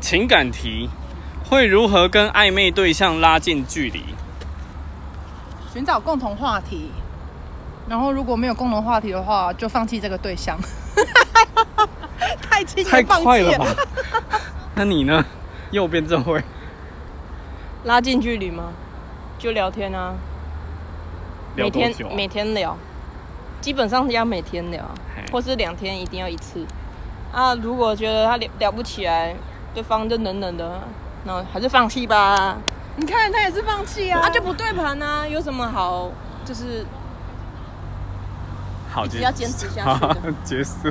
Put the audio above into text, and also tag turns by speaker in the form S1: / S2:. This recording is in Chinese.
S1: 情感题，会如何跟暧昧对象拉近距离？
S2: 寻找共同话题，然后如果没有共同话题的话，就放弃这个对象。 太轻易
S1: 太
S2: 放
S1: 快
S2: 弃
S1: 了吧！ 那你呢？右边这位，
S3: 拉近距离吗？就聊天啊，
S1: 聊
S3: 每
S1: 多
S3: 天
S1: 久啊？
S3: 每天聊，基本上要每天聊啊
S1: 嘿，
S3: 或是两天一定要一次。啊，如果觉得他聊聊不起来，对方就冷冷的，那还是放弃吧。
S2: 你看他也是放弃啊，
S3: 啊，就不对盘啊，有什么好就是
S1: 好，
S3: 一直
S1: 结
S3: 要坚持下
S1: 好
S3: 去的？
S1: 结束。